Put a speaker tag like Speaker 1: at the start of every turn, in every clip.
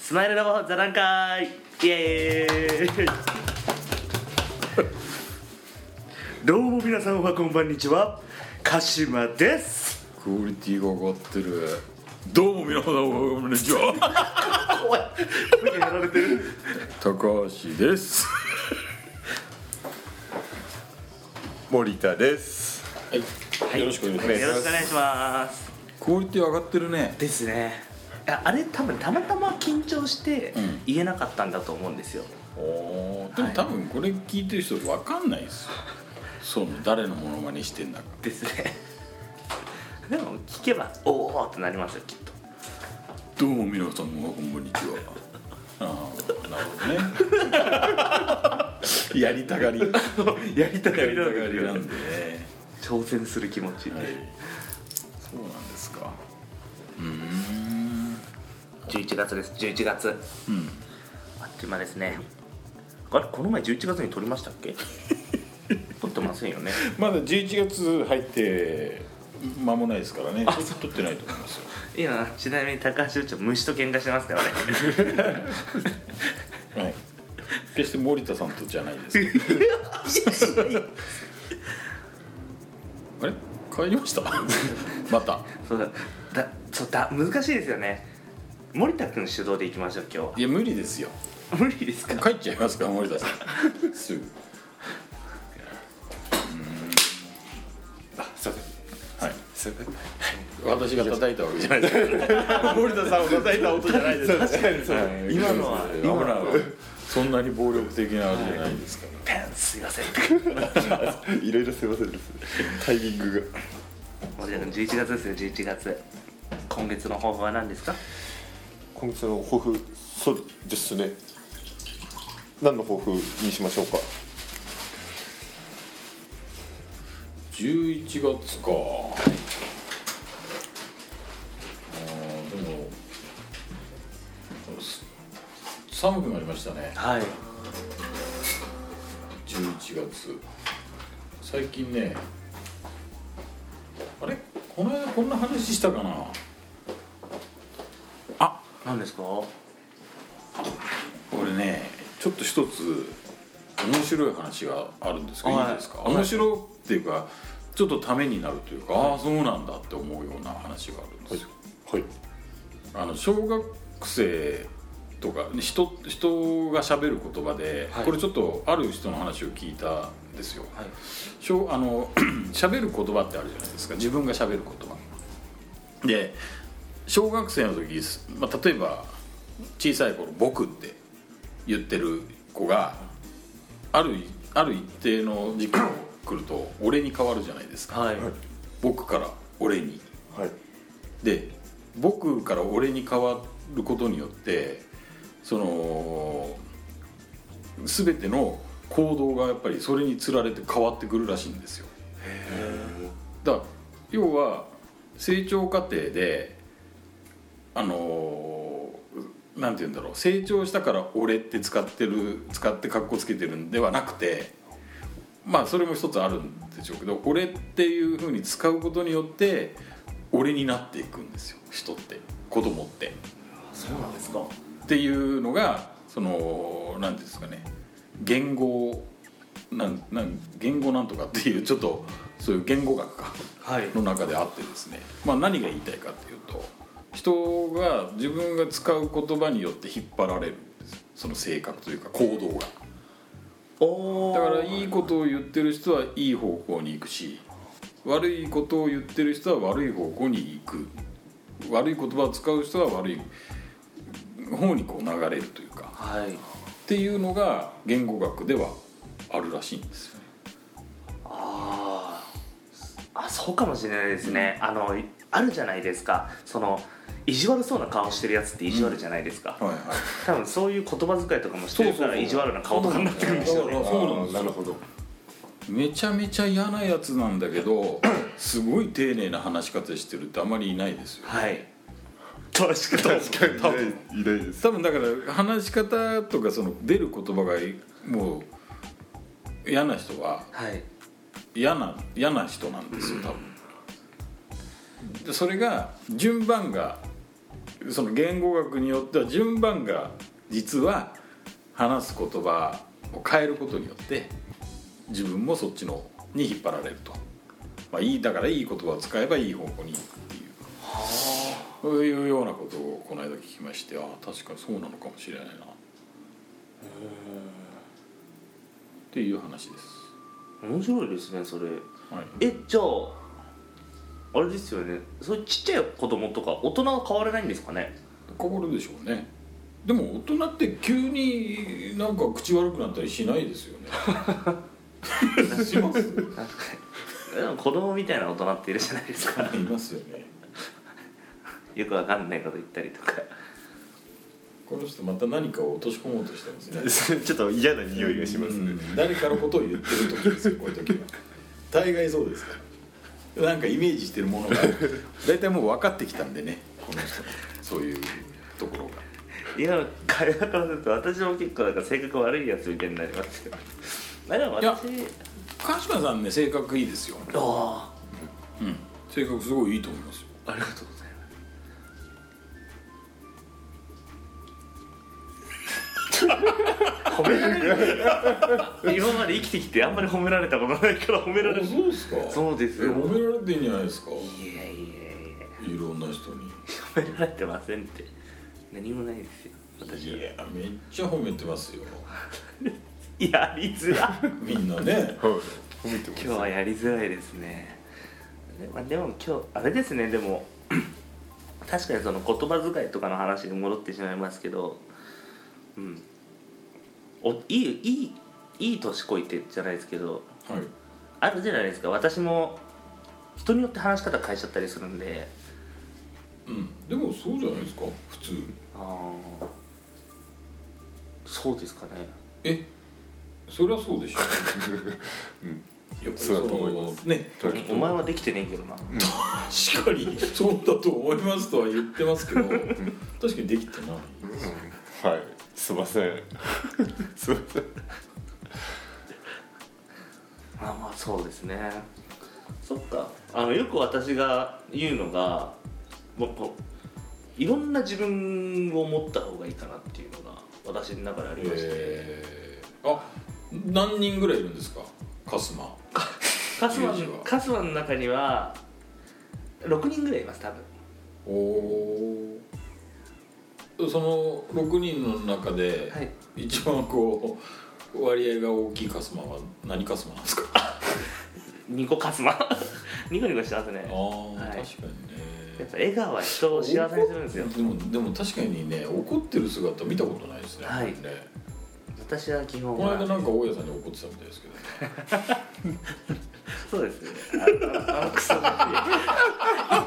Speaker 1: スマイルラボ座談会イエーイどうも皆さんおはこんばんにちは鹿島です
Speaker 2: クオリティが上がってるどうも皆さんこんにちは
Speaker 1: 怖い声やられてる
Speaker 2: 高橋です 森田です
Speaker 1: はい
Speaker 3: よろしくお願いします
Speaker 1: よろしくお願いします
Speaker 2: クオリティ上がってるね
Speaker 1: ですねいやあれ多分たまたま緊張して
Speaker 2: ん
Speaker 1: 言えなかったんだと思うんですよ、
Speaker 2: おでも多分これ聞いてる人わかんないですよその誰のモノマネしてんだか
Speaker 1: ですねでも聞けばおおってなりますよきっと
Speaker 2: どうも皆さんこんばんにちは ああなるほどね やりたがりやり
Speaker 1: やりた
Speaker 2: たがりなんでね
Speaker 1: 挑戦する気持ち、
Speaker 2: はいそうなんですかうーん
Speaker 1: 11月です11月
Speaker 2: うん
Speaker 1: あっという間ですねあれこの前11月に撮りましたっけ 撮ってませんよね
Speaker 2: まだ11月入って間もないですからね取ってないと思いますよ
Speaker 1: 今ちなみに高橋部長虫と喧嘩してますからね
Speaker 2: はい決して森田さんとじゃないです あれ帰りました また
Speaker 1: そうだだそうだ難しいですよね森田君主導でいきましょう今
Speaker 2: いや無理ですよ
Speaker 1: 日は無理ですか
Speaker 2: 帰っちゃいますから森田さんすぐ
Speaker 1: そう
Speaker 2: はい私が叩いたわけじゃないですから 森田さんを叩いた音じゃないですからはい
Speaker 1: 今のは
Speaker 2: 今のはそんなに暴力的なあれじゃないですから
Speaker 1: ペンすいません
Speaker 3: いろいろすいませんですタイミングが
Speaker 1: 森田君11月ですよ11月今月の抱負は何ですか
Speaker 3: 今月の抱負そうですね何の抱負にしましょうか
Speaker 2: 11月か、あーでもす寒くなりましたね
Speaker 1: はい
Speaker 2: 11月最近ねあれこの間こんな話したかなあ
Speaker 1: 何ですか
Speaker 2: 俺ねちょっと一つ面白い話があるんですけど、
Speaker 1: はい
Speaker 2: い、いですか面白っていうかちょっとためになるというか、ああそうなんだって思うような話があるんですよ、
Speaker 3: はい
Speaker 2: あの小学生とか人人が喋る言葉で、
Speaker 1: はい
Speaker 2: これちょっとある人の話を聞いたんですよ、
Speaker 1: はい
Speaker 2: しょ あの喋る言葉ってあるじゃないですか自分が喋る言葉で小学生の時、すまあ、例えば小さい頃「僕」って言ってる子があるある一定の時期を来ると「俺」に変わるじゃないですか
Speaker 1: はい
Speaker 2: 僕から「俺」に
Speaker 3: はい
Speaker 2: で僕から俺に変わることによってその全ての行動がやっぱりそれにつられて変わってくるらしいんですよ。だから要は成長過程であのなんて言うんだろう成長したから「俺」って使ってる使ってかっこつけてるんではなくてまあそれも一つあるんでしょうけど「俺」っていうふうに使うことによって「俺」になっていくんですよ人って子供って。
Speaker 1: そうなんですか
Speaker 2: っていうのがその何ですかね言語なんなん言語なんとかっていうちょっとそういう言語学か
Speaker 1: はい
Speaker 2: の中であってですね、まあ、何が言いたいかっていうと人が自分が使う言葉によって引っ張られるんですその性格というか行動が
Speaker 1: お
Speaker 2: だからいいことを言ってる人はいい方向に行くし悪いことを言ってる人は悪い方向に行く悪い言葉を使う人は悪い方にこう流れるというか
Speaker 1: はい
Speaker 2: っていうのが言語学ではあるらしいんですよね。
Speaker 1: あーあそうかもしれないですね、あのあるじゃないですかその意地悪そうな顔してるやつって意地悪じゃないですか、
Speaker 2: はいはい。
Speaker 1: 多分そういう言葉遣いとかもしてるから意地悪な顔とかになってくるんですよね
Speaker 2: あそうなんですよ
Speaker 3: なるほど
Speaker 2: めちゃめちゃ嫌なやつなんだけ ど、すごい丁寧な話し方してるってあまりいないですよ。
Speaker 1: はい
Speaker 3: 確かに確かにいないいないです
Speaker 2: 多分だから話し方とかその出る言葉がもう嫌な人は
Speaker 1: はい
Speaker 2: 嫌な嫌な人なんですよ多分でそれが順番がその言語学によっては順番が実は話す言葉を変えることによって自分もそっちのに引っ張られると、まあ、いいだからいい言葉を使えばいい方向に行くっていうそういうようなことをこの間聞きましてああ確かにそうなのかもしれないなっていう話です、
Speaker 1: 面白いですねそれ
Speaker 2: はい、
Speaker 1: えじゃああれですよねそれちっちゃい子供とか大人は変われないんですかね
Speaker 2: 変わるでしょうねでも大人って急になんか口悪くなったりしないですよねします
Speaker 1: でも子供みたいな大人っているじゃないですか
Speaker 2: いますよね
Speaker 1: よくわかんないこと言ったりとか
Speaker 2: この人また何かを落とし込もうとしてますね
Speaker 3: ちょっと嫌な匂いがします
Speaker 2: う
Speaker 3: ね、
Speaker 2: ん誰かのことを言ってる時ですよこういう時は大概そうですからなんかイメージしてるものが大体もう分かってきたんでねこの人のそういうところが
Speaker 1: いや会話からすると私も結構なんか性格悪いやつみたいになり ますよあでも
Speaker 2: いや
Speaker 1: 私
Speaker 2: 川島さんね性格いいですよ、
Speaker 1: あ
Speaker 2: うん、性格すごいいいと思いますよ
Speaker 1: あありがとうございます褒められる 今まで生きてきてあんまり褒められたことないから褒められる
Speaker 2: そうですか
Speaker 1: そうですよ
Speaker 2: え褒められてんじゃないですかい
Speaker 1: いやいやいや
Speaker 2: ろんな人に
Speaker 1: 褒められてませんって何もないですよ私はい
Speaker 2: やめっちゃ褒めてますよ
Speaker 1: やりづらい
Speaker 2: みんなね
Speaker 3: はい褒めてます
Speaker 1: 今日はやりづらいですねで,、まあ、でも今日あれですねでも 確かにその言葉遣いとかの話に戻ってしまいますけどうんおいいいいいい年こいてじゃないですけど
Speaker 2: はい
Speaker 1: あるじゃないですか私も人によって話し方変えちゃったりするんで
Speaker 2: うん、でもそうじゃないですか普通
Speaker 1: あーそうですかね
Speaker 2: えそりゃそうでし ょうんやっぱり
Speaker 3: そうだと思います
Speaker 2: ね
Speaker 1: お前はできてねえけどな
Speaker 2: 確かにそうだと思いますとは言ってますけど確かにできてない
Speaker 3: うんはいすいません すいません
Speaker 1: まあまあそうですねそっかあのよく私が言うのがもうこういろんな自分を持った方がいいかなっていうのが私の中でありまして、
Speaker 2: えー、あ何人ぐらいいるんですかカスマ
Speaker 1: カスマ
Speaker 2: ユージは
Speaker 1: カスマの中には6人ぐらいいます多分
Speaker 2: おおその6人の中で
Speaker 1: はい
Speaker 2: 一番こう割合が大きいカスマは何カスマなんですかあ
Speaker 1: ニコカスマ ニコニコしてますね
Speaker 2: あー、
Speaker 1: はい
Speaker 2: 確かにね
Speaker 1: やっぱ笑顔は人を幸せにするんですよ
Speaker 2: でもでも確かにね怒ってる姿見たことないですね,、
Speaker 1: はい
Speaker 2: ね
Speaker 1: 私は基本
Speaker 2: この間な
Speaker 1: は
Speaker 2: んか大家さんに怒ってたみたいですけど
Speaker 1: そうですねあのあのクソじじい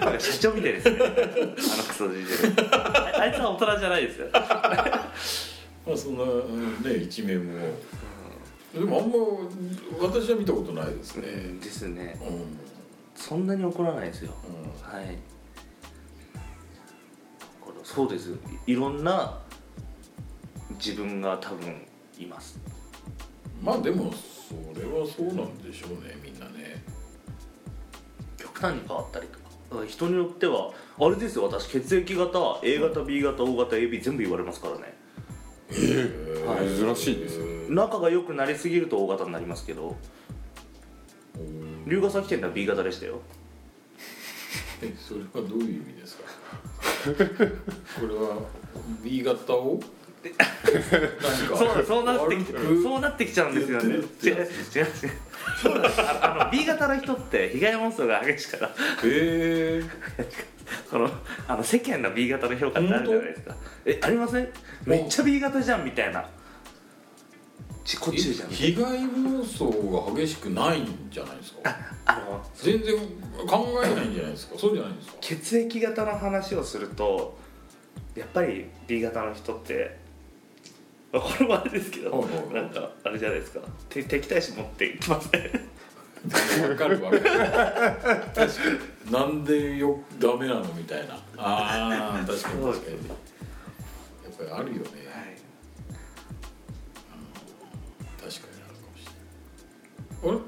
Speaker 1: なんか社長みたいですねあのクソじじいああいつは大人じゃないですよ
Speaker 2: まあそんな、うんね一面もでもあんま私は見たことないですね
Speaker 1: ですね
Speaker 2: うん、うん、
Speaker 1: そんなに怒らないですよはいだからそうですいろんな自分が多分います
Speaker 2: まあでもそれはそうなんでしょうねみんなね
Speaker 1: 極端に変わったりとかだから人によってはあれですよ私血液型 A 型 B 型 O 型 AB 全部言われますからね
Speaker 2: え
Speaker 1: はい
Speaker 3: 珍しいですよ
Speaker 1: 仲が良くなりすぎると O 型になりますけど龍ヶ崎店では B 型でしたよ
Speaker 2: えそれはどういう意味ですか これは B 型を何か
Speaker 1: そうそうなってき
Speaker 2: 悪く
Speaker 1: そうなってきちゃうんですよね違
Speaker 2: 言
Speaker 1: う
Speaker 2: って
Speaker 1: 違う
Speaker 2: る
Speaker 1: 違うそうなんですあの B 型の人って被害妄想が激しいから
Speaker 2: へえ
Speaker 1: そのあの世間の B 型の評価ってあるじゃないですかえありませんめっちゃ B 型じゃんみたいなちこっちじゃんみたい
Speaker 2: 被害妄想が激しくないんじゃないですか
Speaker 1: なあの
Speaker 2: 全然考えないんじゃないですかそうじゃないんですか
Speaker 1: 血液型の話をするとやっぱり B 型の人ってまあこれもあれですけど
Speaker 2: はいはいはい
Speaker 1: なんかあれじゃないですかて敵対視持ってきますね
Speaker 2: わかるわかる確かになんでよダメなのみたいなああ確かに確かにやっぱりあるよね確かにあるかもしれないあ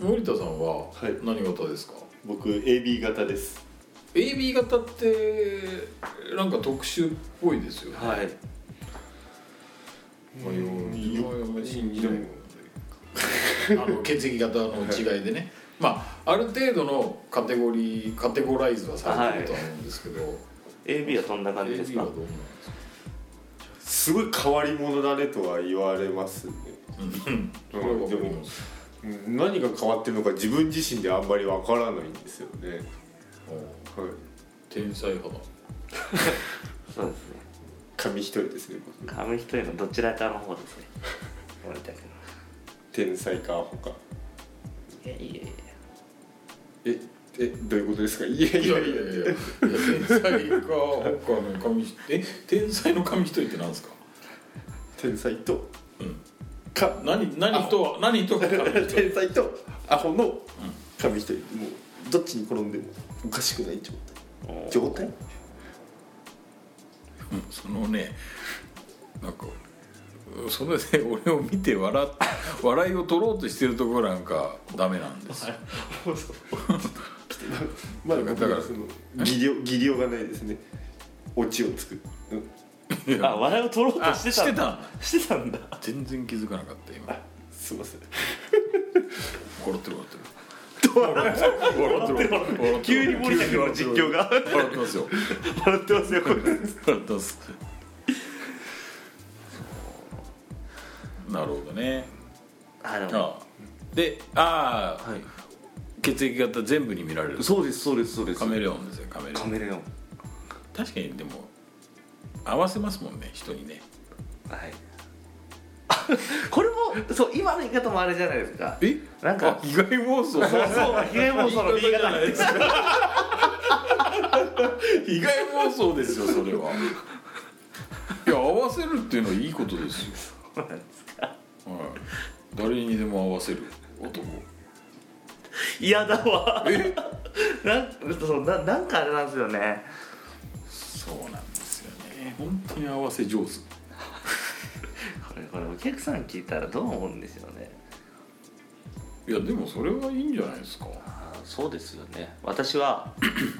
Speaker 2: れ森田さんは
Speaker 4: はい
Speaker 2: 何型ですか、
Speaker 4: 僕 AB 型です
Speaker 2: AB 型ってなんか特殊っぽいですよね、
Speaker 1: はい
Speaker 2: まあ、よよ信じないものというかあの血液型の違いでね、まあある程度のカテゴリーカテゴライズはされてるとは思うんですけど、
Speaker 1: AB はどんな感じです
Speaker 2: AB は
Speaker 1: か
Speaker 2: どう思います
Speaker 3: すごい変わり者だねとは言われますね
Speaker 2: かこれは
Speaker 3: で
Speaker 2: 僕
Speaker 3: も
Speaker 2: も
Speaker 3: うん何が変わってるのか自分自身であんまりわからないんですよねはい
Speaker 2: 天才派だ
Speaker 1: そうですね
Speaker 3: 紙一重ですね僕
Speaker 1: 紙一重のどちらかの方ですね森田君
Speaker 3: 天才かほか
Speaker 1: いやいやいや
Speaker 3: ええどういうことですかいや
Speaker 2: い
Speaker 3: い
Speaker 2: や
Speaker 3: や
Speaker 2: い
Speaker 3: い
Speaker 2: や
Speaker 3: や
Speaker 2: いや天才か他の紙一え天才の紙一重って何ですか
Speaker 3: 天才と
Speaker 2: うん
Speaker 3: か
Speaker 2: 何何とは何とは紙一重
Speaker 3: 天才とアホの紙一重もうどっちに転んでもおかしくない状
Speaker 1: お
Speaker 3: 態
Speaker 1: ー
Speaker 3: 状態
Speaker 2: うんそのねなんかそれで俺を見て笑っ笑いを取ろうとしてるところなんかダメなんですよ
Speaker 3: まあ
Speaker 2: だ
Speaker 3: だ
Speaker 2: か
Speaker 3: かららその技量技量がないですねオチをつくうん
Speaker 1: あ笑いを取ろうとしてたんだ
Speaker 2: あ
Speaker 1: してたんだ
Speaker 2: 全然気づかなかった今
Speaker 3: すいません
Speaker 2: 笑ってる笑ってる笑ってる笑ってる
Speaker 1: 急に森田君の実況が
Speaker 2: 笑ってますよ
Speaker 1: 笑ってますよこれ
Speaker 2: 笑ってますなるほどね
Speaker 1: あでも
Speaker 2: ああでああ、
Speaker 1: はい
Speaker 2: 血液型全部に見られる
Speaker 1: そうですそうですそうです
Speaker 2: カメレオンですよカメレオン
Speaker 1: カメレオン
Speaker 2: 確かにでも合わせますもんね人にね
Speaker 1: はい これもそう今の言い方もあれじゃないですか
Speaker 2: え
Speaker 1: なんか
Speaker 2: 意外妄 想
Speaker 1: そうそうヒゲモンその B 型なんです
Speaker 2: 意外妄想ですよそれはいや合わせるっていうのはいいことですよ、はい、誰にでも合わせる男
Speaker 1: 嫌だわ
Speaker 2: え
Speaker 1: なんそうななんかあれなんですよね
Speaker 2: そうなんですよね本当に合わせ上手
Speaker 1: これこれお客さん聞いたらどう思うんですよね
Speaker 2: いやでもそれはいいんじゃないですか
Speaker 1: あーそうですよね私 は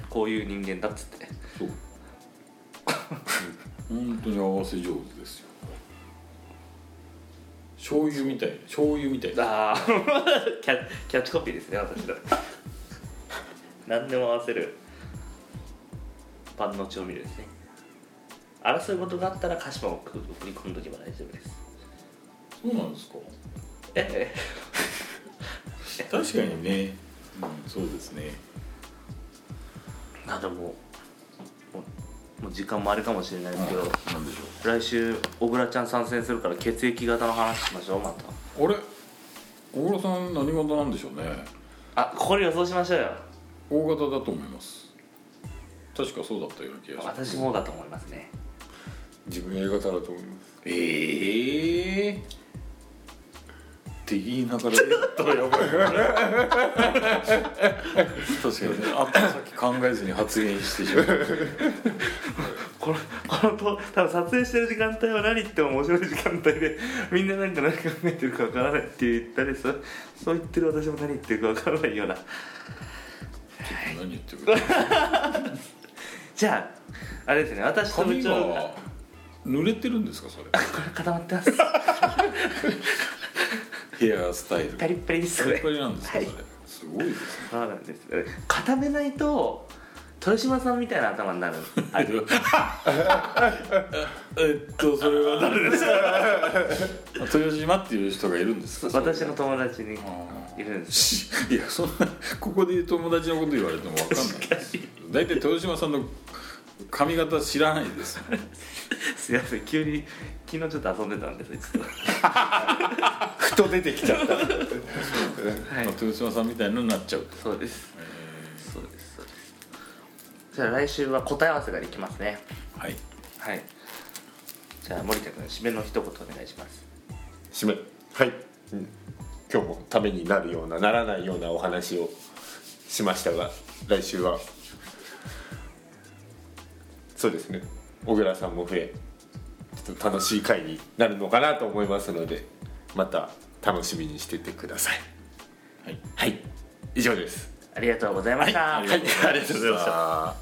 Speaker 1: こういう人間だっつって
Speaker 2: そう 本当に合わせ上手ですよ醤油みたい醤油みたい
Speaker 1: あーキャキャッチコピーですね私の何でも合わせる万能調味料ですね争い事があったら鹿島を送り込んどけば大丈夫 です
Speaker 2: そうなんですか
Speaker 1: ええ
Speaker 2: 確かにね、うん、そうですね
Speaker 1: あでももうもう時間もあれかもしれないですけど、
Speaker 2: なんでしょ
Speaker 1: 来週小倉ちゃん参戦するから血液型の話しましょうまた
Speaker 2: うあれ大倉さん何型なんでしょうね
Speaker 1: あこれ予想しましょうよ
Speaker 2: O 型だと思います確かそうだったような気がします
Speaker 1: 私もだと思いますね
Speaker 3: 自分 A 型だと思います
Speaker 2: ええー、って言いながらやったらや ばい確かにねあとさっき考えずに発言して しまう
Speaker 1: このこのと多分撮影してる時間帯は何言っても面白い時間帯で みんななんか何考えてるかわからないって言ったりそそう言ってる私も何言ってるかわからないような
Speaker 2: 何言ってるか
Speaker 1: じゃああれですね私と部
Speaker 2: 髪
Speaker 1: 長こ
Speaker 2: は濡れてるんですかそれ
Speaker 1: れ固まってます
Speaker 2: ヘアスタイル
Speaker 1: パリッパリです
Speaker 2: パ
Speaker 1: こ
Speaker 2: リ
Speaker 1: れ
Speaker 2: パリなんですかそれ
Speaker 1: はい
Speaker 2: すごいですね
Speaker 1: そうなんです固めないと豊島さんみたいな頭に なるある
Speaker 2: えっとそれは誰です か豊島っていう人がいるんですか
Speaker 1: 私の友達に
Speaker 2: あ
Speaker 1: いるんです
Speaker 2: ーいやそんなここで友達のこと言われても分かんないです大体豊島さんの髪型知らない です
Speaker 1: すいません急に昨日ちょっと遊んでたんです実は
Speaker 3: ふと出てきちゃった
Speaker 1: はい
Speaker 2: 豊島さんみたいのになっちゃうと
Speaker 1: そうですそうですそうですじゃあ来週は答え合わせができますね
Speaker 2: はい
Speaker 1: はいじゃあ森田君締めの一言お願いします
Speaker 3: 締めはい、うん今日もためになるようなならないようなお話をしましたが来週はそうですね小倉さんも増えちょっと楽しい回になるのかなと思いますのでまた楽しみにしててください
Speaker 2: はい
Speaker 3: はい以上です
Speaker 1: ありがとうございました、
Speaker 2: はいありがとうございました
Speaker 3: ありがとうございました